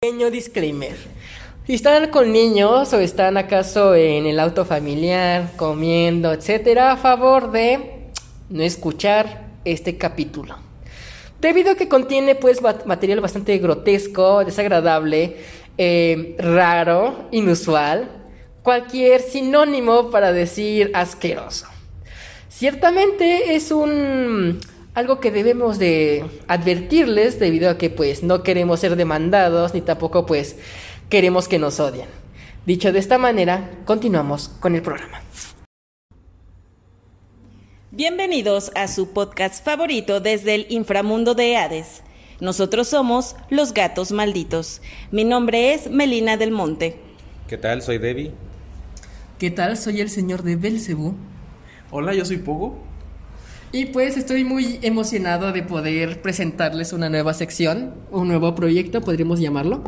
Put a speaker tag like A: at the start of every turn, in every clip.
A: pequeño disclaimer. Si están con niños o están acaso en el auto familiar, comiendo, etcétera, a favor de no escuchar este capítulo. Debido a que contiene pues bat- material bastante grotesco, desagradable, eh, raro, inusual, cualquier sinónimo para decir asqueroso. Ciertamente es un algo que debemos de advertirles debido a que pues no queremos ser demandados ni tampoco pues queremos que nos odien. Dicho de esta manera, continuamos con el programa.
B: Bienvenidos a su podcast favorito desde el inframundo de Hades. Nosotros somos los gatos malditos. Mi nombre es Melina del Monte.
C: ¿Qué tal? Soy Debbie.
A: ¿Qué tal? Soy el señor de Belcebú
D: Hola, yo soy Pogo.
A: y pues estoy muy emocionado de poder presentarles una nueva sección, un nuevo proyecto, podríamos llamarlo,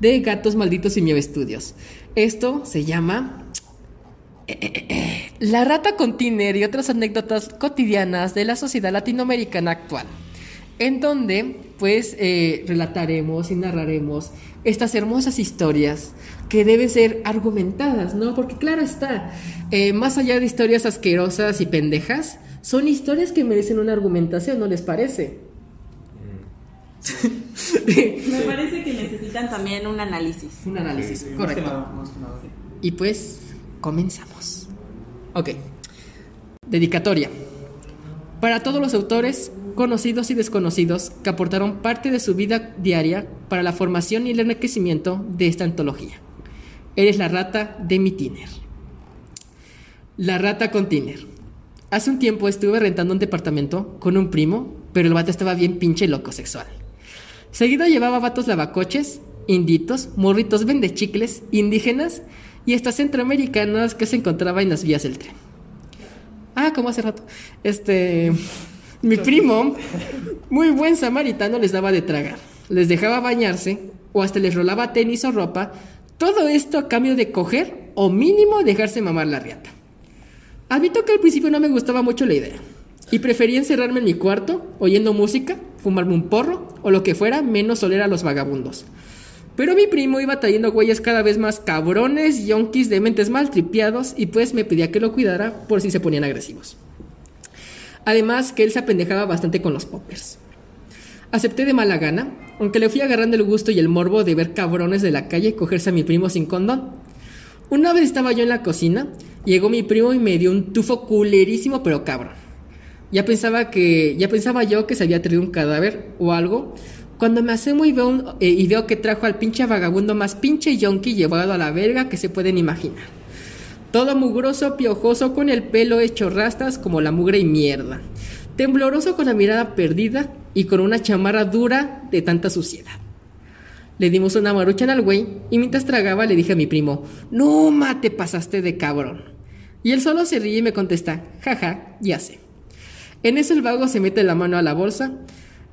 A: de Gatos Malditos y Miau Estudios. Esto se llama eh, La rata con Tiner y otras anécdotas cotidianas de la sociedad latinoamericana actual, en donde pues eh, relataremos y narraremos estas hermosas historias que deben ser argumentadas, ¿no? Porque claro está, eh, más allá de historias asquerosas y pendejas, son historias que merecen una argumentación, ¿no les parece?
B: Me parece que necesitan también un análisis.
A: Un análisis,
D: Sí, sí, más que
A: correcto.
D: nada, más que nada.
A: Y pues, comenzamos. Ok. Dedicatoria. Para todos los autores, conocidos y desconocidos, que aportaron parte de su vida diaria para la formación y el enriquecimiento de esta antología. Eres la rata de mi Tiner. La rata con Tiner. Hace un tiempo estuve rentando un departamento con un primo, pero el vato estaba bien pinche loco sexual. Seguido llevaba vatos lavacoches, inditos, morritos vendechicles, indígenas y hasta centroamericanos que se encontraban en las vías del tren. Ah, como hace rato. Este. Mi primo, muy buen samaritano, les daba de tragar. Les dejaba bañarse o hasta les rolaba tenis o ropa. Todo esto a cambio de coger o mínimo dejarse mamar la riata. Admito que al principio no me gustaba mucho la idea. Y prefería encerrarme en mi cuarto, oyendo música, fumarme un porro o lo que fuera, menos oler a los vagabundos. Pero mi primo iba trayendo güeyes cada vez más cabrones, yonkis de mentes maltripiados y pues me pedía que lo cuidara por si se ponían agresivos. Además que él se apendejaba bastante con los poppers. Acepté de mala gana, aunque le fui agarrando el gusto y el morbo de ver cabrones de la calle cogerse a mi primo sin condón. Una vez estaba yo en la cocina, llegó mi primo y me dio un tufo culerísimo pero cabrón. Ya pensaba que, ya pensaba yo que se había traído un cadáver o algo. Cuando me hacemos y veo, un- eh, y veo que trajo al pinche vagabundo más pinche yonki llevado a la verga que se pueden imaginar. Todo mugroso, piojoso, con el pelo hecho rastas como la mugre y mierda. Tembloroso con la mirada perdida y con una chamarra dura de tanta suciedad. Le dimos una maruchan al güey y mientras tragaba le dije a mi primo, no ma, te pasaste de cabrón. Y él solo se ríe y me contesta, jaja, ya sé. En eso el vago se mete la mano a la bolsa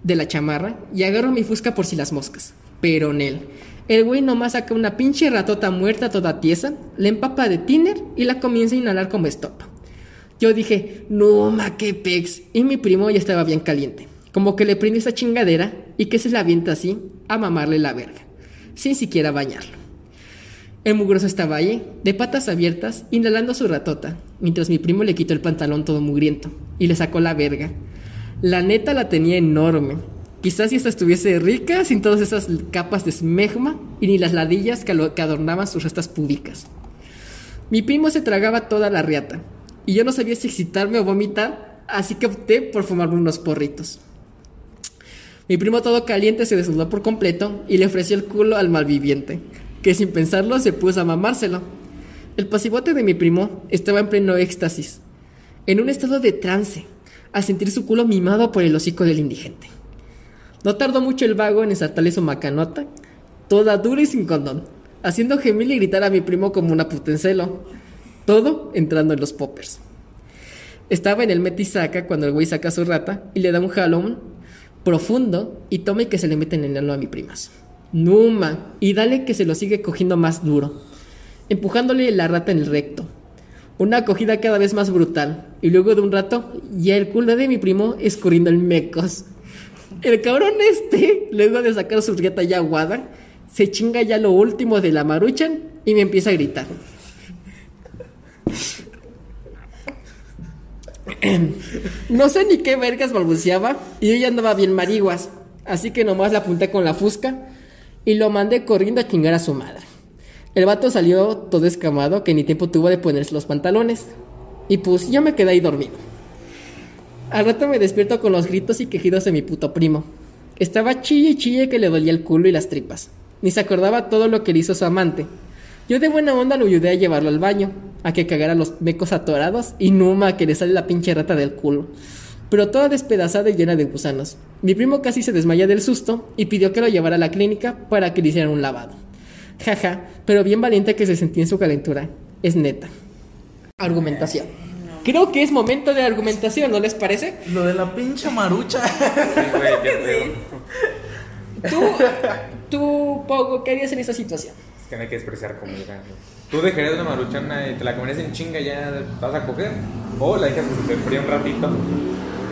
A: de la chamarra y agarro mi fusca por si las moscas. Pero en él, el güey nomás saca una pinche ratota muerta toda tiesa, la empapa de tiner y la comienza a inhalar como estopa. Yo dije, no ma, qué pex. Y mi primo ya estaba bien caliente. Como que le prende esa chingadera y que se la avienta así a mamarle la verga, sin siquiera bañarlo. El mugroso estaba allí, de patas abiertas, inhalando su ratota, mientras mi primo le quitó el pantalón todo mugriento y le sacó la verga. La neta la tenía enorme. Quizás si esta estuviese rica, sin todas esas capas de esmegma y ni las ladillas que, lo- que adornaban sus restas públicas. Mi primo se tragaba toda la riata, y yo no sabía si excitarme o vomitar, así que opté por fumarme unos porritos. Mi primo todo caliente se desnudó por completo y le ofreció el culo al malviviente, que sin pensarlo se puso a mamárselo. El pasivote de mi primo estaba en pleno éxtasis, en un estado de trance, a sentir su culo mimado por el hocico del indigente. No tardó mucho el vago en ensartarle su macanota, toda dura y sin condón, haciendo gemir y gritar a mi primo como una putencelo, todo entrando en los poppers. Estaba en el metisaca cuando el güey saca a su rata y le da un jalón profundo y tome que se le meten en el ano a mi primas. Numa, y dale que se lo sigue cogiendo más duro, empujándole la rata en el recto. Una cogida cada vez más brutal, y luego de un rato, ya el culo de mi primo escurriendo el mecos. El cabrón este, luego de sacar su rieta ya aguada, se chinga ya lo último de la maruchan y me empieza a gritar. No sé ni qué vergas balbuceaba y yo ya andaba bien mariguas, así que nomás la apunté con la fusca y lo mandé corriendo a chingar a su madre. El vato salió todo escamado que ni tiempo tuvo de ponerse los pantalones y pues yo me quedé ahí dormido. Al rato me despierto con los gritos y quejidos de mi puto primo. Estaba chille y chille que le dolía el culo y las tripas. Ni se acordaba todo lo que le hizo su amante. Yo de buena onda lo ayudé a llevarlo al baño, a que cagara los mecos atorados y Numa a que le sale la pinche rata del culo. Pero toda despedazada y llena de gusanos. Mi primo casi se desmaya del susto y pidió que lo llevara a la clínica para que le hicieran un lavado. Jaja, pero bien valiente que se sentía en su calentura. Es neta. Argumentación. Creo que es momento de argumentación, ¿no les parece?
D: Lo de la pinche marucha.
C: Sí, güey, qué pedo.
A: Tú, tú, Pogo, ¿qué harías en esta situación?
C: Es que no hay que despreciar comida. güey. Tú dejarías una maruchana y te la comerías en chinga y ya vas a coger. O la dejas que se te fría un ratito.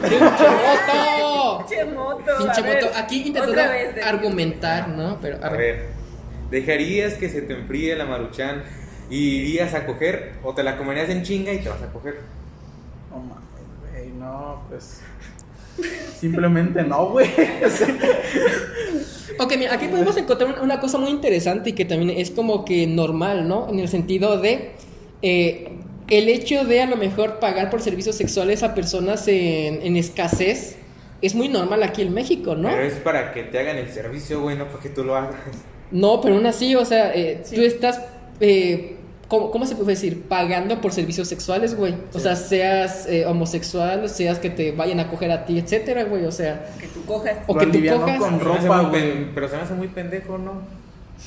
A: ¡Pinche moto!
E: Pinche moto. a
A: Pinche
E: ver,
A: moto. Aquí intentando
E: otra vez de-
A: argumentar, ¿no? Pero,
C: A ver, ¿dejarías que se te enfríe la maruchan y irías a coger? ¿O te la comerías en chinga y te vas a coger?
D: No mames, güey, no, pues. Simplemente no, güey. O sea,
A: Ok, mira, aquí podemos encontrar un- una cosa muy interesante y que también es como que normal, ¿no? En el sentido de eh, el hecho de a lo mejor pagar por servicios sexuales a personas en, en escasez es muy normal aquí en México, ¿no?
C: Pero es para que te hagan el servicio, güey, no para que tú lo hagas.
A: No, pero aún así, o sea, eh, tú estás, eh, ¿cómo, cómo se puede decir? Pagando por servicios sexuales, güey. O sea, seas eh, homosexual, o seas que te vayan a coger a ti, etcétera, güey. O sea,
E: Que tú cojas.
A: o
D: Lo
A: que tú
D: alivianó
A: cojas.
D: con
C: Se me hace
D: ropa,
C: muy
D: güey.
C: pen- Pero se me hace muy pendejo, ¿no?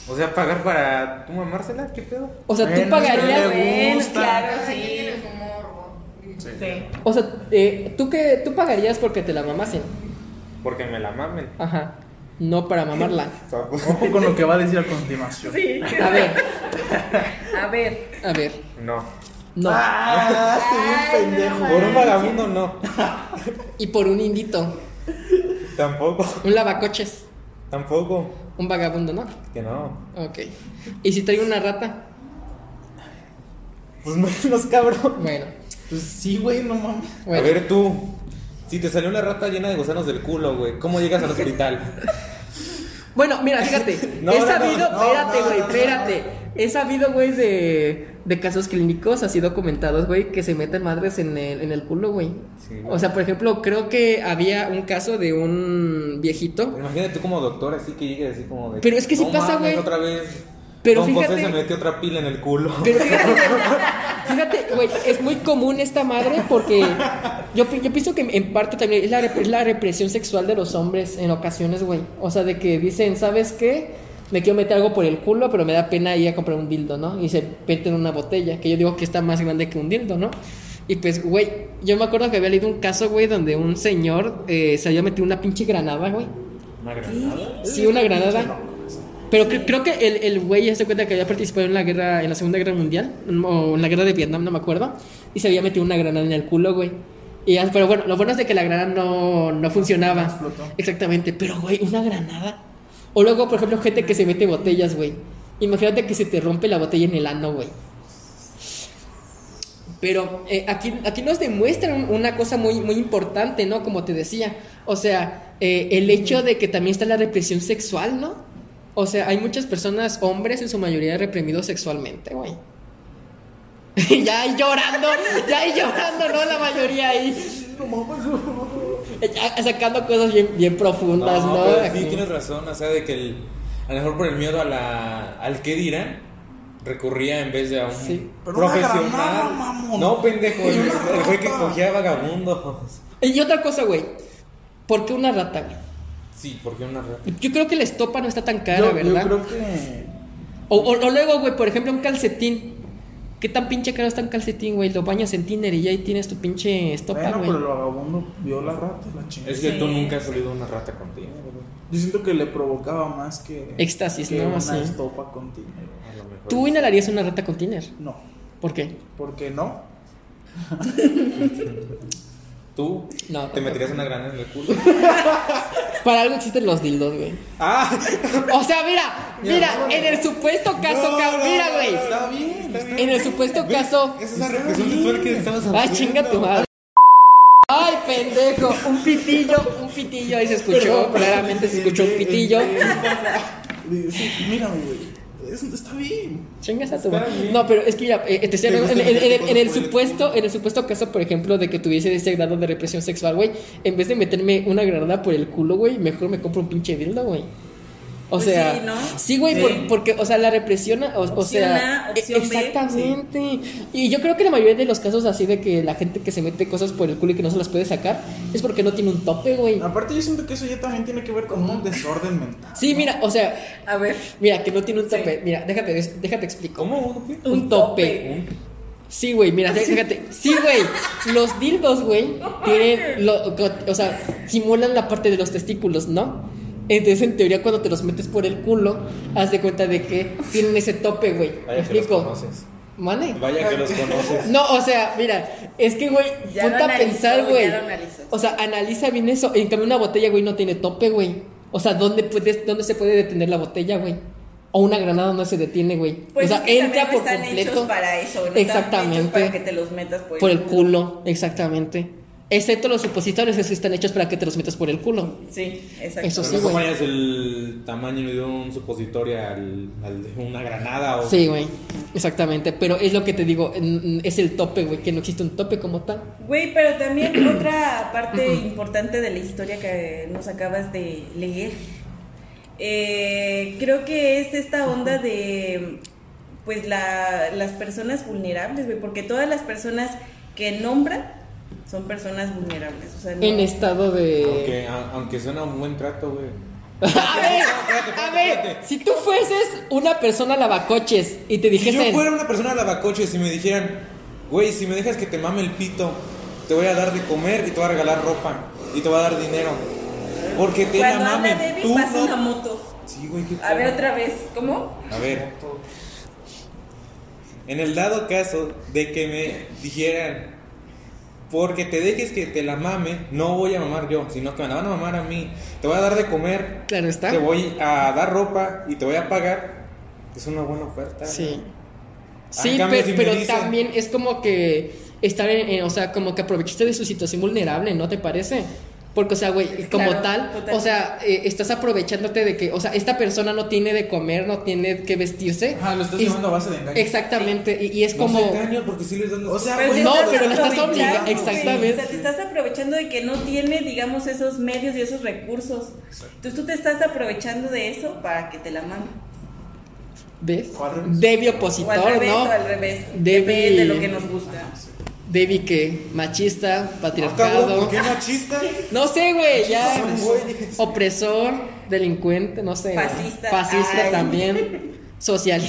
C: O sea, pagar para tú mamársela, ¿qué pedo?
A: O sea, tú
D: Bueno,
A: pagarías.
D: le
E: Bueno,
D: gusta.
E: Claro, sí.
D: Sí.
A: O sea, eh, ¿tú, qué, tú pagarías porque te la mamasen.
C: Porque me la mamen.
A: Ajá. No para mamarla.
C: O sea, pues,
D: Ojo con lo que va a decir a continuación.
E: Sí.
A: A ver,
E: A ver.
A: a ver.
C: no.
A: No.
D: Ah, estoy bien pendejo.
C: Por un vagabundo, no.
A: Y por un indito.
C: Tampoco.
A: Un lavacoches.
C: Tampoco.
A: Un vagabundo, ¿no?
C: Que no.
A: Ok. ¿Y si trae una rata?
C: Pues menos, cabrón.
A: Bueno.
D: Pues sí, güey, no mames.
A: bueno.
C: A ver tú, si te salió una rata llena de gusanos del culo, güey, ¿cómo llegas al hospital?
A: Bueno, mira, fíjate,
C: No,
A: he
C: no, no,
A: sabido,
D: no,
A: espérate,
D: no,
A: güey,
D: no, no,
A: espérate. He sabido, güey, de, de casos clínicos así documentados, güey, que se meten madres en el, en el culo, güey.
C: Sí, güey.
A: o sea, por ejemplo, creo que había un caso de un viejito.
C: Imagínate tú como doctor, así que llegues así como de.
A: Pero es que sí
C: "No
A: pasa,
C: mames,
A: güey".
C: otra vez.
A: Pero
C: Don
A: fíjate-
C: José se metió otra pila en el culo.
A: Pero fíjate, fíjate, güey, es muy común esta madre porque yo, pi- yo pienso que en parte también es la, rep- es la represión sexual de los hombres en ocasiones, güey. O sea, de que dicen, ¿sabes qué? Me quiero meter algo por el culo, pero me da pena ir a comprar un dildo, ¿no? Y se meten una botella, que yo digo que está más grande que un dildo, ¿no? Y pues, güey, yo me acuerdo que había leído un caso, güey, donde un señor eh, se había metido una pinche granada, güey.
C: Una granada.
A: Sí, una granada. Pero cre- creo que el, el güey ya se cuenta que había participado en la guerra, en la Segunda Guerra Mundial, mm, o en la guerra de Vietnam, no me acuerdo, y se había metido una granada en el culo, güey. Y ya- pero bueno, lo bueno es de que la granada no, no funcionaba.
D: explotó.
A: Exactamente, pero güey, una granada. O luego, por ejemplo, gente que se mete botellas, güey. Imagínate que se te rompe la botella en el ano, güey. Pero eh, aquí, aquí nos demuestran una cosa muy, muy importante, ¿no? Como te decía. O sea, eh, el hecho de que también está la represión sexual, ¿no? O sea, hay muchas personas, hombres en su mayoría, reprimidos sexualmente, güey. ya ahí llorando, ya ahí llorando, ¿no? La mayoría ahí. Ya sacando cosas bien, bien profundas, ¿no?
C: pero
A: Aquí.
C: pues sí tienes razón, o sea, de que el, a lo mejor por el miedo a la, al que dirán, recurría en vez de a un
A: Sí.
D: Pero una
C: profesional.
D: granada, mamón.
C: no, pendejo, el, el güey que
D: rata.
C: cogía vagabundos.
A: Y otra cosa, güey. ¿Por qué una rata, güey?
C: Sí, porque una rata.
A: Yo creo que la estopa no está tan cara,
D: Yo, yo
A: ¿verdad?
D: creo que.
A: O, o- o luego, güey, por ejemplo, un calcetín. ¿Qué tan pinche caro está un calcetín, güey? Lo bañas en Tinder y ya ahí tienes tu pinche estopa,
D: Bueno,
A: güey.
D: pero el vagabundo vio la rata, la chingada.
C: Es que tú nunca has olido una rata contigo.
D: Yo siento que le provocaba más que.
A: Éxtasis,
D: que
A: ¿no?
D: Una
A: Sí.
D: estopa con dinero.
C: A lo mejor.
A: ¿Tú inhalarías una rata con Tinder?
D: No.
A: ¿Por qué?
D: ¿Por qué no?
C: ¿Tú
A: No,
C: te
A: no.
C: meterías una granada en el culo?
A: Para algo existen los dildos, güey.
C: ¡Ah!
A: O sea, mira,
C: Mira,
A: mira,
C: no,
A: en el supuesto caso,
C: No,
A: cabrón,
C: no,
A: mira,
C: no,
A: güey.
C: no, Está bien, está bien.
A: En el supuesto
C: Güey,
A: caso.
C: Esa es la represión sexual que estabas hablando.
A: Ay, chinga tu madre. Ay, pendejo, un pitillo, un pitillo, ahí se escuchó, claramente se escuchó un pitillo.
D: Sí, mírame, güey. Es- Está bien.
A: Chingas a tu
C: Está
A: madre.
C: bien.
A: No, pero es que ya, eh, te estoy
C: ¿Te
A: hablando- en,
C: gusta
A: en-
C: meter
A: en- en el
C: cosas por el
A: supuesto,
C: culo?
A: en el supuesto caso, por ejemplo, de que tuviese ese grado de represión sexual, güey, en vez de meterme una granada por el culo, güey, mejor me compro un pinche dildo, güey. O
E: Pues
A: sea,
E: sí, ¿no?
A: sí, güey,
E: Sí.
A: por- porque, o sea, la represión, o, o
E: Opción
A: sea,
E: A,
A: e-
E: opción B,
A: exactamente. Y yo creo que la mayoría de los casos así de que la gente que se mete cosas por el culo y que no se las puede sacar es porque no tiene un tope, güey.
D: Aparte, yo siento que eso ya también tiene que ver con un desorden mental.
A: Sí, mira, o sea,
E: A ver.
A: mira, que no tiene un
E: Sí.
A: tope. Mira, déjate, déjate explico.
C: ¿Cómo? ¿Uno qué?
A: Un tope. Sí, güey, mira, dé- déjate. Sí, güey. Los dildos, güey, tienen. lo- co- o sea, simulan la parte de los testículos, ¿no? Entonces, en teoría, cuando te los metes por el culo, haz de cuenta de que tienen ese tope, güey. ¿Me
C: Vaya que los
A: explico?
C: conoces.
A: ¿Mane?
C: Vaya que los conoces.
A: No, o sea, mira, es que, güey,
E: Ya
A: ponte
E: lo
A: a
E: analizó,
A: pensar,
E: ya
A: güey.
E: lo analizó.
A: O sea, analiza bien eso. En cambio, una botella, güey, no tiene tope, güey. O sea, ¿dónde, puedes, ¿dónde se puede detener la botella, güey? O una granada no se detiene, güey.
E: Pues
A: o sea,
E: es que también
A: entra
E: no
A: por
E: están
A: completo
E: hechos para eso, no están
A: Exactamente.
E: hechos para que te los metas por,
A: por el culo, exactamente. Excepto los supositorios, esos están hechos para que te los metas por el culo.
E: Sí, exacto.
A: Eso sí,
C: Pero no
A: güey.
C: acompañas el tamaño de un supositorio al, al de una granada o...
A: Sí, güey. Exactamente. Pero es lo que te digo, en- en- es el tope, güey, que no existe un tope como tal.
E: Güey, pero también otra parte importante de la historia que nos acabas de leer. eh, creo que es esta onda de pues la- las personas vulnerables, güey, porque todas las personas que nombran son personas vulnerables. O sea, no-
A: En estado de.
C: Aunque, a- aunque suena un buen trato, güey.
A: A ver, a ver, si tú fueses una persona lavacoches y te
C: Si yo
A: dijesen,
C: fuera una persona lavacoches y me dijeran, güey, si me dejas que te mame el pito, te voy a dar de comer y te voy a regalar ropa y te voy a dar dinero. Porque te la
E: cuando Ana
C: mamen,
E: Debbie
C: tú
E: pasa una
C: no...
E: moto.
C: Sí, güey, qué
E: A ver
C: pedo.
E: otra vez, ¿cómo?
C: A ver. En el dado caso de que me dijeran, porque te dejes que te la mame, no voy a mamar yo, sino que me la van a mamar a mí. Te voy a dar de comer,
A: claro está.
C: te voy a dar ropa y te voy a pagar. Es una buena oferta.
A: Sí.
C: Ah,
A: Sí,
C: en cambio,
A: pe-
C: si me
A: pero
C: dicen-
A: también es como que estar en, en- o sea, como que aprovechaste de su situación vulnerable, ¿no te parece? Porque, o sea, güey, como
E: Claro,
A: tal, o
E: totalmente.
A: sea, eh, estás aprovechándote de que, o sea, esta persona no tiene de comer, no tiene que vestirse.
D: Ajá, lo estás
A: Y-
D: llevando a base de engaño.
A: Exactamente, y, y es
C: No
A: como...
C: se engañan porque sí les dan las
D: O sea,
E: te
A: Pues
D: güey,
A: no,
E: Pues estás
A: pero la estás
E: aprovechando,
A: obligando,
E: güey.
A: exactamente.
E: O sea, te estás aprovechando de que no tiene, digamos, esos medios y esos recursos. Entonces tú te estás aprovechando de eso para que te la manden.
A: ¿Ves?
D: O al revés.
A: Debbie
E: O al
A: opositor,
E: revés,
A: ¿no?
E: o al revés.
A: Debe-
E: Depende de lo que nos gusta.
A: Debbie que machista,
C: Ah, cabrón,
A: patriarcado.
C: ¿por qué machista?
A: No sé, güey, ya.
C: Son güeyes.
A: Opresor, delincuente, no sé. güey.
E: Fascista.
A: Fascista
E: Ay.
A: también. Social.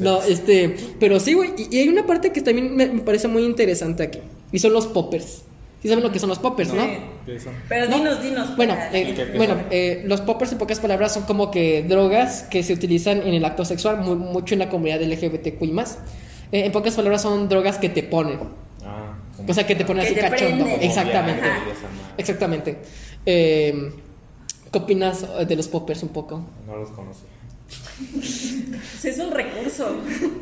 A: No, este. Pero sí, güey. Y, y hay una parte que también me, me parece muy interesante aquí. Y son los poppers. ¿Sí saben lo que son los poppers, pues, no?
E: Sí.
C: Eso.
E: Pero
A: No.
E: dinos, dinos.
A: Bueno,
E: para-
A: eh,
C: Explica qué
A: bueno
C: son.
A: eh, los poppers en pocas palabras son como que drogas que se utilizan en el acto sexual, mu- mucho en la comunidad LGBTQI+. Eh, en pocas palabras son drogas que te ponen,
C: Ah,
A: o sea, que te ponen
E: Que
A: así
E: te
A: cachondo.
E: prenden.
A: Pues, Exactamente.
E: Ajá.
A: Exactamente. Eh, ¿Qué opinas eh, de los poppers un poco?
C: No los conozco.
E: Pues es un recurso.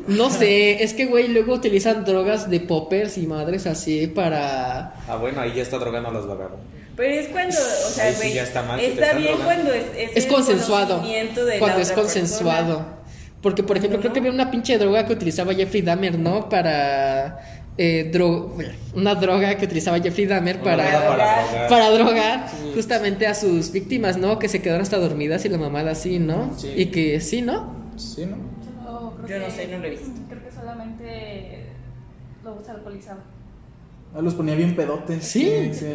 A: No sé, es que, güey, luego utilizan drogas de poppers y madres así para...
C: Ah, bueno, ahí ya está drogando a los vagabundos.
E: Pero es cuando, o sea,
C: Ahí sí
E: güey,
C: ya está mal que te
E: está
C: están
E: bien
C: drogando.
E: cuando es, es,
A: Es
E: el
A: consensuado.
E: conocimiento de la
A: Cuando es
E: otra
A: consensuado.
E: persona.
A: Porque, por ejemplo,
E: No,
A: creo que
E: no.
A: había una pinche droga que utilizaba Jeffrey Dahmer, ¿no? Para... eh, dro- una droga que utilizaba Jeffrey Dahmer
E: droga
A: para...
E: para
C: drogar.
A: Para drogar justamente a sus víctimas, ¿no? Que se quedaron hasta dormidas y la mamada así, ¿no?
D: Sí.
A: Y que sí, ¿no?
D: Sí, ¿no?
F: Oh, creo
E: Yo no
F: que-
E: sé, no lo he visto.
F: Creo que solamente los alcoholizaba.
D: Ah, los ponía bien pedotes.
A: Sí.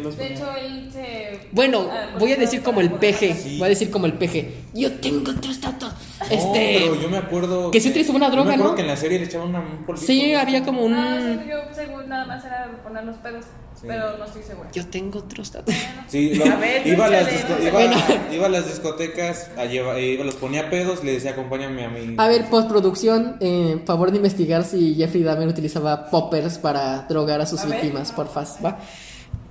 D: los
F: De
D: ponía.
F: hecho, él se.
A: Bueno,
E: Ah, pues
F: alcoholizaba
A: voy a decir como el
F: para
A: peje.
F: poder-
A: Voy a decir como el peje. Yo tengo tres datos.
C: No,
A: Este.
C: Oh, pero yo me acuerdo.
A: que sí utilizó una droga,
C: yo me acuerdo
A: ¿no?
C: que en la serie le echaban una- un polvito.
A: sí, había como un.
F: Ah, sí, yo según nada más era poner los pedos,
C: Sí.
F: pero no estoy segura.
A: Yo tengo otros datos.
C: Sí, lo-
E: A ver,
C: iba, a las
E: échale,
C: disco-
E: ¿no?
C: iba,
A: Bueno.
C: iba a las discotecas, a lleva- eh, iba- los ponía pedos, le decía, acompáñame a mi.
A: A ver, postproducción, eh, favor de investigar si Jeffrey Dahmer utilizaba poppers para drogar a sus
F: A ver.
A: víctimas, por porfas, ¿va?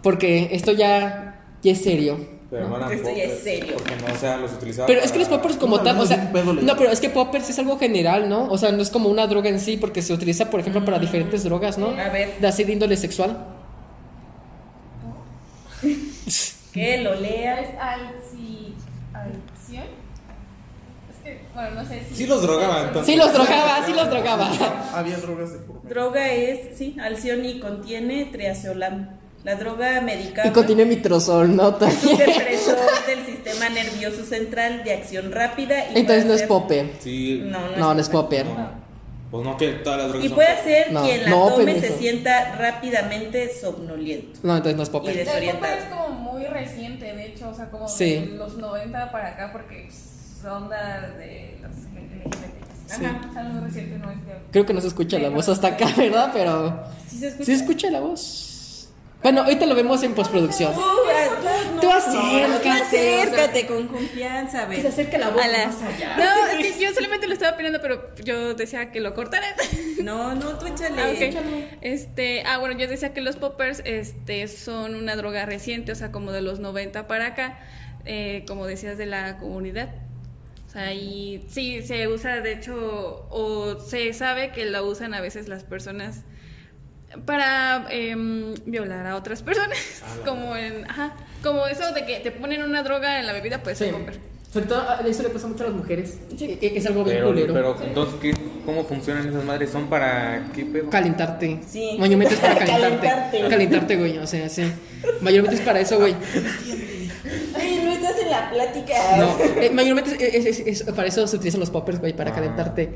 A: Porque esto ya, ya es serio.
C: Pero no,
E: Esto
C: eran
E: ya es
C: poppers,
E: serio.
C: Porque no, o sea, los utilizaba.
A: Pero es que los
C: para-
A: poppers como
D: No,
A: tal,
D: no,
A: o
D: es
A: sea,
D: un pedo legal.
A: no, pero es que poppers es algo general, ¿no? O sea, no es como una droga en sí, porque se utiliza, por ejemplo, para diferentes drogas, ¿no?
E: A ver.
A: De así de índole sexual.
E: Que lo lea.
F: Es alci- adicción. Es que, bueno, no sé si.
C: Sí los drogaban, entonces.
A: Sí los drogaba, sí los drogaba.
D: Había drogas de por medio.
E: Droga es, sí, alción y contiene triazolam. La droga medicada
A: Y continúe mi trozol, ¿no?
E: es un depresor del sistema nervioso central de acción rápida. Y
A: Entonces
E: puede
A: no es
E: ser-
A: popper.
C: Sí.
E: No, no,
A: No,
E: es
A: no es popper.
C: No. Pues no que todas las drogas
E: Y
C: son
E: puede
C: poppers.
E: hacer
A: No,
E: quien la
A: no,
E: tome se
A: pendejo.
E: sienta rápidamente somnoliento.
A: No, entonces no es
E: Y
A: popper.
E: de-
F: La
E: desorientado.
F: Copa es como muy reciente, de hecho, o sea, como
A: Sí.
F: de los 90 para acá, porque son de los LGBT. Ajá, o sea, muy reciente, no es de ahorita.
A: Creo que no se escucha la voz hasta acá, ¿verdad? Pero
E: ¿Sí se escucha?
A: sí escucha la voz. Bueno, ahorita lo vemos en postproducción.
E: Tú, a- tú, no,
A: Tú
E: no,
A: acércate,
E: tú acércate con confianza, a ver.
A: se acerque la voz
E: A
A: más allá.
F: No, es que yo solamente lo estaba opinando, pero yo decía que lo cortaran.
E: No, no, tú échale.
F: Ah, ok. Este, ah, bueno, yo decía que los poppers este, son una droga reciente, o sea, como de los 90 para acá, eh, como decías, de la comunidad. O sea, y sí, se usa, de hecho, o se sabe que la usan a veces las personas para em, violar a otras personas,
E: Ah,
F: como en, ajá, como eso de que te ponen una droga en la bebida, pues
A: Sí.
F: un popper.
A: Sobre todo, a- eso le pasa mucho a las mujeres.
F: Sí.
A: que- que Es algo bien
C: Pero,
A: culero.
C: pero entonces, ¿qué, ¿cómo funcionan esas madres? ¿Son para qué pedo?
A: Calentarte.
E: Sí.
A: Mayormente es para calentarte.
E: Calentarte.
A: calentarte. güey. O sea, sí. Mayormente es para eso, güey.
E: Oye, no estás en la plática.
A: No. eh, mayormente es, es- es- es- para eso se utilizan los poppers, güey, para
C: Ah.
A: calentarte.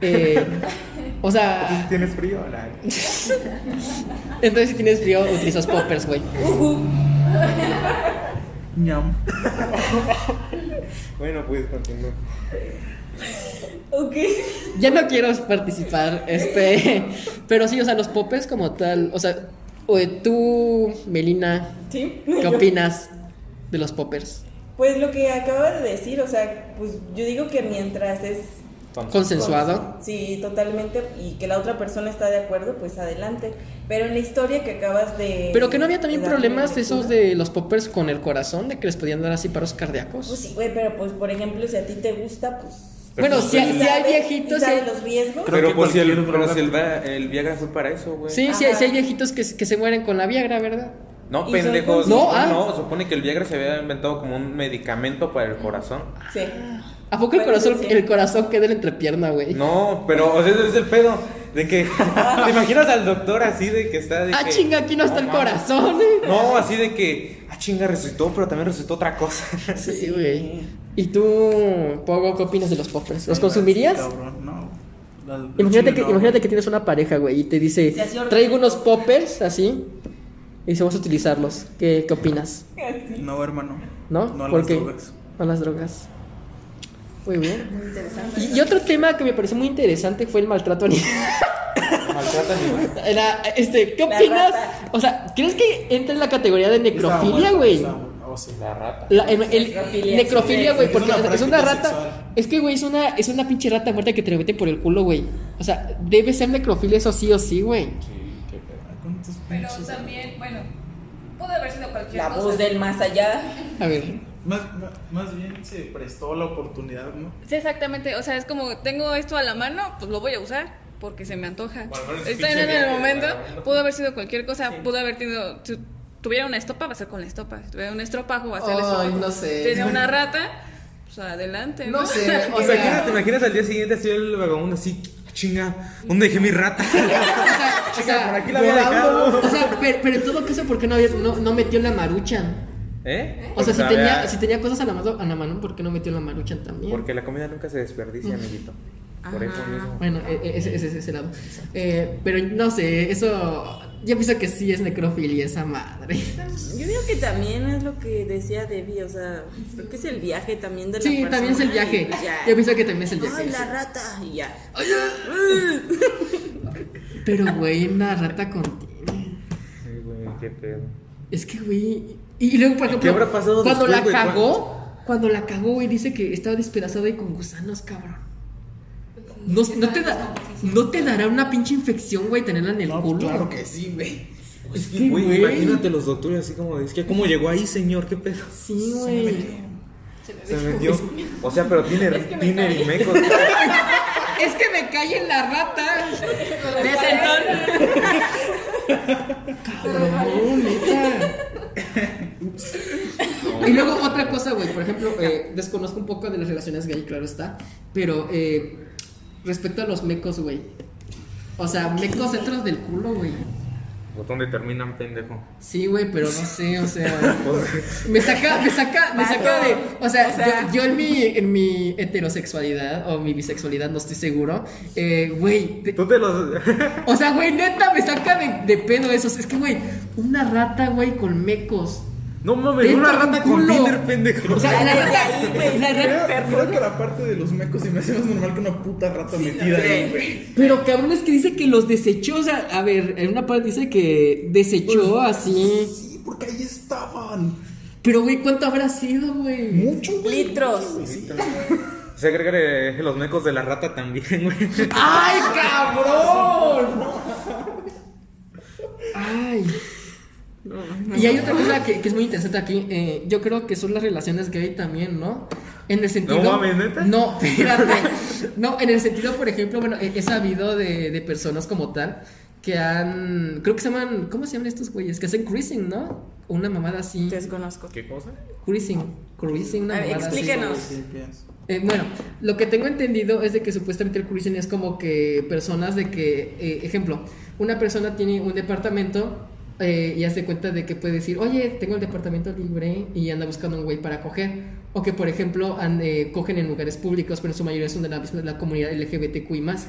A: Eh, o sea,
D: ¿Tienes frío? La-
A: entonces si tienes frío, utilizas poppers, güey.
D: Ñam.
C: Bueno, pues continúa.
E: Ok.
A: Ya no quiero participar, este. Pero sí, o sea, los poppers como tal. O sea, oye, tú, Melina,
E: Sí.
A: ¿qué opinas de los poppers?
E: Pues lo que acaba de decir, o sea, pues yo digo que mientras es
A: ¿Consensuado?
E: Sí, totalmente. Y que la otra persona está de acuerdo, pues adelante. Pero en la historia que acabas de.
A: Pero que no había también
E: de darle
A: problemas
E: lectura.
A: esos de los poppers con el corazón, de que les podían dar así paros
E: Pues
A: cardíacos.
E: sí, güey, pero pues por ejemplo, si a ti te gusta, pues.
A: Bueno,
C: Pero
A: si hay,
E: y
A: si hay
E: sabes-
A: viejitos.
E: y
A: si hay-
E: sabes los riesgos.
D: Creo
C: pero
D: que
C: pues si el,
D: cualquier
C: pero
D: droga-
C: si el, va- el Viagra fue para eso, güey.
A: Sí, sí, hay-
E: Ajá.
A: sí hay viejitos que, se- que se mueren con la Viagra, ¿verdad?
C: No,
E: ¿Y
C: pendejos.
E: son
A: No,
C: No,
A: ah.
C: no, supone que el Viagra se había inventado como un medicamento para el corazón.
E: Sí.
A: ¿A poco el
E: Bueno,
A: corazón,
E: sí, sí.
A: el corazón queda en la entrepierna, güey?
C: No, pero o sea, ese es el pedo. De que. ¿Te imaginas al doctor así de que está. De
A: Ah,
C: que-
A: chinga, aquí no está el
C: mames.
A: corazón. ¿eh?
C: No, así de que. Ah, chinga, resucitó, pero también resucitó otra cosa.
A: Sí, güey. ¿Y tú, Pogo, qué opinas de los poppers? ¿Los consumirías?
D: Sí, cabrón, no. La- la
A: Imagínate
D: chile
A: que,
D: no,
A: imagínate que tienes una pareja, güey, y te dice,
E: Se hace orgánico.
A: traigo unos poppers así, y dice, vamos a utilizarlos. ¿Qué, qué opinas?
D: No, hermano.
A: ¿No?
D: No a
A: ¿Por
D: las
A: qué?
D: drogas.
A: No a las drogas. Muy bien. Y, y otro tema que me pareció muy interesante fue el maltrato animal.
C: Maltrata animal.
A: Era, este, ¿qué
E: La
A: opinas?
E: rata.
A: O sea, ¿crees que entra en la categoría de necrofilia,
D: Estaba
A: güey?
D: muerta, estaba- oh, sí.
C: La rata.
A: La- el- el-
E: Necrofilia,
A: necrofilia,
E: sí,
A: güey,
D: es
A: porque
D: una
A: o sea, es una
D: práctica
A: rata.
D: sexual.
A: Es que, güey, es una, es una pinche rata muerta que te lo mete por el culo, güey. O sea, debe ser necrofilia, eso sí o sí, güey.
C: Sí, qué pedo.
D: Ay, con tus
F: Pero
D: pinches-
F: también, bueno, pudo haber sido cualquier
E: La
F: cosa.
E: voz del más allá.
A: A ver,
D: Más, más- más bien se prestó la oportunidad, ¿no?
F: Sí, exactamente. O sea, es como tengo esto a la mano, pues lo voy a usar porque se me antoja.
C: Bueno, pero es
F: Estoy en
C: pinche
F: el
C: viaje,
F: momento.
C: ¿no?
F: Pudo haber sido cualquier cosa. Pudo haber tenido. Si tuviera una estopa, va a ser con la estopa. Si tuviera un estropajo, va a ser el
A: Ay,
F: estropajo.
A: no sé.
F: Tenía una rata, pues adelante.
A: no sé, o
C: ¿Te imaginas, ¿Te
A: sea,
C: imaginas al día siguiente así el vagabundo así? Chinga, ¿dónde dejé mi rata?
A: o sea,
C: por aquí la había dejado.
A: o sea, pero, pero en todo caso, ¿por qué no, había- no, no metió la maruchan?
C: ¿Eh?
A: O sea, si
C: Porque
A: tenía,
C: había-
A: si tenía cosas a la, mano, a la mano, ¿por qué no metió la maruchan también?
C: Porque la comida nunca se desperdicia, amiguito. Por eso mismo.
A: Bueno, e- e- ese ese es ese lado. Eh, pero no sé, eso. Yo pienso que sí es necrofilia esa madre.
E: Yo digo que también es lo que decía Debbie, o sea, creo que es el viaje también de la
A: Sí, también es el
E: persona y
A: viaje.
E: ya.
A: Yo pienso que también es el viaje.
E: Ay, la rata. Y ya.
A: Pero, güey, una rata contiene.
C: Sí, güey, qué pedo.
A: Es que, güey. Y, y luego, por
C: ¿Qué
A: ejemplo,
C: habrá pasado
A: cuando
C: después,
A: la
C: güey?
A: cagó, cuando la cagó, güey, dice que estaba despedazada y con gusanos, cabrón. No, no te da- no te dará una pinche infección, güey, tenerla en el
D: No, pues
A: culo.
D: claro que sí, güey.
A: Es
C: Sí,
A: que,
C: güey,
A: güey.
C: imagínate los doctores así como, es que ¿cómo llegó ahí, señor? ¿Qué pedo?
A: Sí, güey.
C: Se metió. O sea, pero tiene, tiene Rimeco.
A: Es que me cae en la rata.
F: De sentón.
A: No, neta. Ups. Y luego otra cosa, güey, por ejemplo, eh, desconozco un poco de las relaciones gay, claro está, pero eh, respecto a los mecos, güey. O sea, mecos dentro del culo, güey.
C: ¿Dónde terminan, pendejo?
A: Sí, güey, pero no sé, o sea, me saca, me saca, me saca de, o sea, yo, yo en mi, en mi heterosexualidad o mi bisexualidad no estoy seguro, eh, güey, de-
C: Tú te los.
A: o sea, güey, neta me saca de, de pedo eso, o sea, es que, güey, una rata, güey, con mecos,
C: No mames,
A: Dentro
C: una
A: del
C: rata con
A: culo.
C: Tinder, pendejo.
A: o sea, la rata, la rata-
D: Creo, creo que la parte de los mecos se me hace más normal que una puta rata metida ahí, güey.
A: Pero cabrón es que dice que los desechó, o sea, a ver, en una parte dice que desechó así.
D: Sí, porque ahí estaban.
A: Pero güey, ¿cuánto habrá sido, güey?
D: Mucho, güey.
E: Litros.
D: Sí.
C: Se agregan eh, los mecos de la rata también, güey.
A: ¡Ay, cabrón! ¡Ay! Y hay otra cosa que, que es muy interesante aquí. eh, yo creo que son las relaciones gay también, ¿no? En el sentido.
C: No mames, ¿neta?
A: No, espérate. No, en el sentido, por ejemplo, bueno, he, he sabido de, de personas como tal que han. Creo que se llaman. ¿Cómo se llaman estos güeyes? Que hacen cruising, ¿no? Una mamada así.
E: Desconozco.
C: ¿Qué cosa?
A: Cruising. Cruising, una
E: A ver,
A: mamada así.
E: explíquenos.
D: Sí, pienso.
A: Eh, bueno, lo que tengo entendido es de que supuestamente el cruising es como que personas de que, eh, ejemplo, una persona tiene un departamento eh, y hace cuenta de que puede decir, oye, tengo el departamento libre y anda buscando un güey para coger. O que, por ejemplo, an- eh, cogen en lugares públicos, pero en su mayoría son de la, misma- de la comunidad LGBTQI más.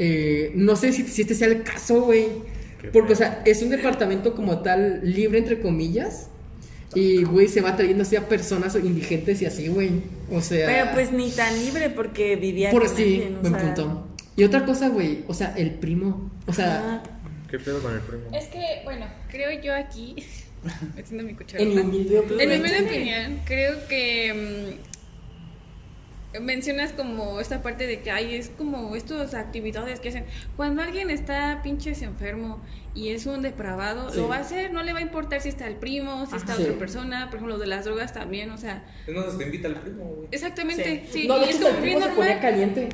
A: Eh, no sé si, si este sea el caso, güey.
C: Qué
A: Porque, o
C: feo.
A: sea, es un departamento como tal libre, entre comillas. Y, güey, se va trayendo así a personas indigentes y así, güey. O sea.
E: Pero pues ni tan libre porque vivía
A: Por
E: con
A: sí,
E: alguien, o
A: buen
E: sea,
A: punto. Y otra cosa, güey, o sea, el primo. O sea,
E: ah,
C: ¿Qué pedo con el primo?
F: Es que, bueno, creo yo aquí, metiendo mi cuchara.
A: en mi humilde opinión.
F: En mi humilde opinión, creo que mm, mencionas como esta parte de que hay es como estas actividades que hacen. Cuando alguien está pinches enfermo y es un depravado,
A: Sí.
F: lo va a hacer, no le va a importar si está el primo, si está
A: Ajá.
F: otra
A: Sí.
F: persona, por ejemplo, de las drogas también, o sea,
C: Entonces te invita el primo, güey.
F: exactamente, sí,
A: no,
F: y
A: de
F: es
A: hecho, el
F: como bien
A: primo se ponía
F: normal.
A: caliente.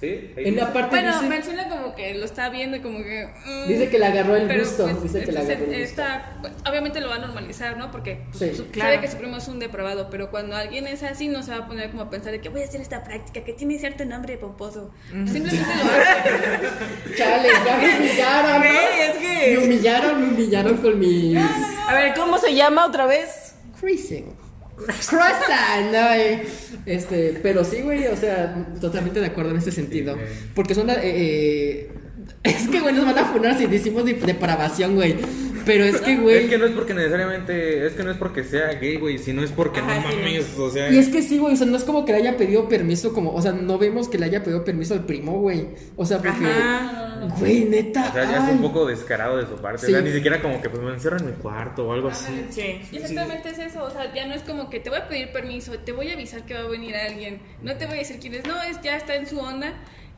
C: Sí, ahí
A: En la
C: dice.
A: parte
F: Bueno,
A: dice,
F: menciona como que lo está viendo y como que... mm,
A: dice que le agarró el
F: pero,
A: gusto.
F: pues,
A: dice que le
F: entonces,
A: agarró el gusto.
F: esta- pues, obviamente lo va a normalizar, ¿no? Porque pues,
A: Sí.
F: su-
E: Claro.
F: sabe que su primo es un depravado, pero cuando alguien es así no se va a poner como a pensar de que voy a hacer esta práctica que tiene cierto nombre pomposo. Simplemente lo va a hacer.
A: Chale, ya me humillaron, ¿no?
E: Güey, Ah, es que-
A: Me humillaron, me humillaron con mis.
E: A ver, ¿cómo se llama otra vez?
A: Cruising. Croissant, no, eh. Este, pero sí, güey, o sea, totalmente de acuerdo en ese sentido.
C: güey.
A: Porque son la- eh, eh, es que, güey, nos van a funar si decimos de- depravación, güey. Pero es que, güey.
C: Es que no es porque necesariamente, es que no es porque sea gay, güey, sino es porque
E: Ajá,
C: no
E: sí,
C: mames, o sea.
A: Y es que sí, güey, o sea, no es como que le haya pedido permiso, como, o sea, no vemos que le haya pedido permiso al primo, güey. O sea, porque,
E: Ajá.
A: güey, neta.
C: O sea, ya es
A: ay.
C: un poco descarado de su parte.
A: Sí.
C: O sea, ni siquiera como que pues me encierran en mi cuarto o algo así.
E: Sí.
F: Y Exactamente es eso, o sea, ya no es como que te voy a pedir permiso, te voy a avisar que va a venir alguien, no te voy a decir quién es, no, es ya está en su onda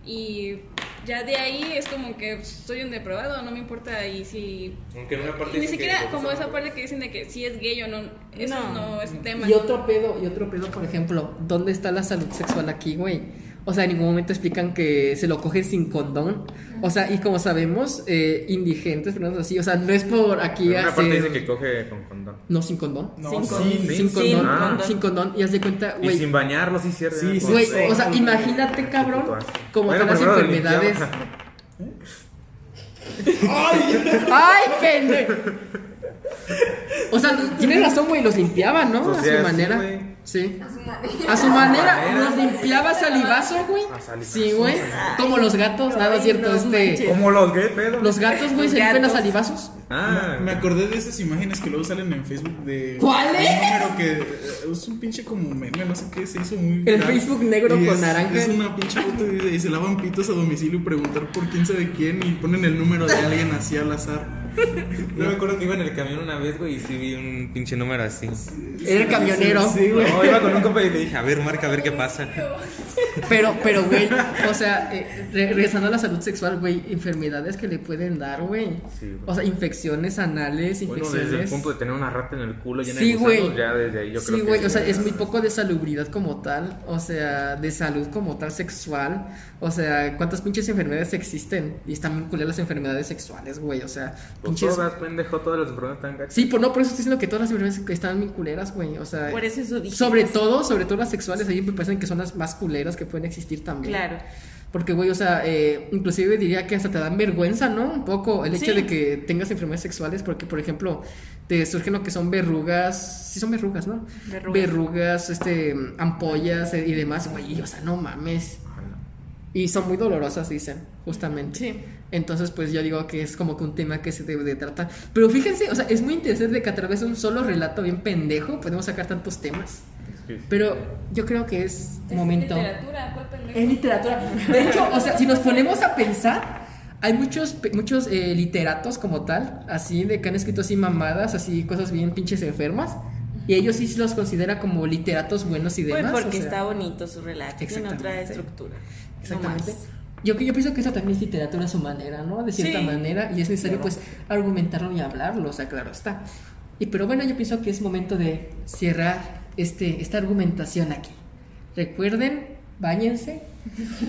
F: y ya de ahí es como que pues, soy un depravado, no me importa y si
C: Aunque en una parte
F: Y ni
C: dice que-
F: siquiera como esa parte que dicen de que si es gay o no, eso
E: No.
F: no, es tema.
A: Y otro pedo, y otro pedo, por ejemplo, ¿dónde está la salud sexual aquí, güey? O sea, en ningún momento explican que se lo cogen sin condón. O sea, y como sabemos, eh, indigentes, pero no es así. O sea, no es por
C: En
A: aquí
C: una parte
A: hacer-
C: dice que coge con condón.
A: No, sin condón.
D: No,
E: Sin
D: sí,
C: con-
A: Sin
C: sí,
A: condón.
C: ah.
A: Sin condón. Y haz de cuenta,
C: Y
A: güey.
C: sin bañarlo, sí, cierto.
D: Sí, sí,
A: Güey,
D: sí.
A: o sea, imagínate, cabrón, como
C: Bueno,
A: están las
C: primero lo limpiaba.
A: enfermedades. ¡Ay, pendejo! O sea, tienes razón, güey, los limpiaban, ¿no?
C: O
A: a
C: sea,
A: su
C: sí,
A: manera.
C: güey.
A: Sí. A su manera,
C: manera.
A: los limpiaba salivazo, güey.
C: A salivazo.
A: Sí, güey. Como los gatos, nada
E: Ay,
A: cierto,
E: no
A: este.
E: manches.
C: Como los gay, pedo.
A: Los gatos, güey,
E: Los
A: se limpian a
E: gatos.
A: salivazos.
C: Ah,
D: Me acordé de esas imágenes que luego salen en Facebook de.
A: ¿Cuál es?
D: Un número que eh, es un pinche como meme, no sé qué, se hizo muy.
A: El
D: viral.
A: Facebook negro
D: Y
A: con
D: es-
A: naranja.
D: Es una pinche foto y, y se lavan pitos a domicilio y preguntar por quién sabe quién y ponen el número de alguien así al azar.
C: yo me acuerdo que iba en el camión una vez, güey, y sí vi un pinche número así.
A: Era el camionero.
D: Sí, güey.
C: No, iba con un compa y le dije, a ver, marca, a ver qué pasa.
A: Pero, pero, güey, o sea, eh, re- regresando a la salud sexual, güey, enfermedades que le pueden dar, güey.
G: Sí, güey.
A: o sea, infecciones anales,
G: Bueno,
A: infecciones.
G: desde el punto de tener una rata en el culo llena
A: Sí,
G: de gusanos,
A: güey.
G: ya desde ahí yo creo
A: sí,
G: que
A: güey,
G: sí,
A: o sea,
G: ya-
A: es muy poco de salubridad como tal, o sea, de salud como tal sexual, o sea, cuántas pinches enfermedades existen y están vinculadas las enfermedades sexuales, güey, o sea,
G: Pues
A: pinches...
G: todas, pendejo, todas las enfermedades están gachas.
A: Sí, por no, por eso estoy diciendo que todas las enfermedades que están bien culeras, güey, o sea,
E: Por eso eso dije.
A: sobre todo, sobre todo las sexuales, ahí me parecen que son las más culeras que pueden existir también.
E: Claro.
A: Porque, güey, o sea, eh, inclusive diría que hasta te dan vergüenza, ¿no? Un poco el hecho
E: Sí.
A: de que tengas enfermedades sexuales, porque, por ejemplo, te surgen lo que son verrugas, sí son verrugas, ¿no?
E: Verrugas.
A: Verrugas, este, ampollas eh, y demás, güey, o sea, no mames. Y son muy dolorosas, dicen, justamente.
E: Sí.
A: Entonces, pues yo digo que es como que un tema que se debe de tratar. Pero fíjense, o sea, es muy interesante que a través de un solo relato bien pendejo podemos sacar tantos temas.
G: Sí, sí.
A: Pero yo creo que es
F: Es
A: momento.
F: literatura, ¿cuál pendejo?
A: Es literatura. De hecho, o sea, si nos ponemos a pensar, hay muchos, pe- muchos eh, literatos como tal, así, de que han escrito así mamadas, así cosas bien pinches enfermas, y ellos sí los considera como literatos buenos y
E: Pues
A: demás.
E: porque
A: o sea,
E: está bonito su relato, tiene otra
A: Exactamente.
E: estructura. no
A: Exactamente.
E: más.
A: Yo, yo pienso que eso también es literatura a su manera, ¿no? De cierta
E: Sí.
A: manera, y es necesario pues argumentarlo y hablarlo, o sea, claro está. Y pero bueno, yo pienso que es momento de cerrar este, esta argumentación aquí. Recuerden, bañense,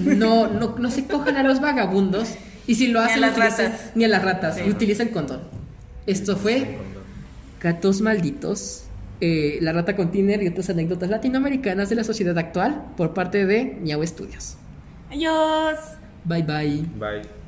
A: no, no, no se cojan a los vagabundos, y si lo
E: Ni a
A: hacen,
E: las
A: utilicen-
E: ratas.
A: Ni a las ratas,
E: Sí.
A: y utilicen condón. Esto fue Gatos Malditos, eh, La Rata con Tiner y otras anécdotas latinoamericanas de la sociedad actual por parte de Miau Studios.
E: Adiós.
A: Bye bye.
G: Bye.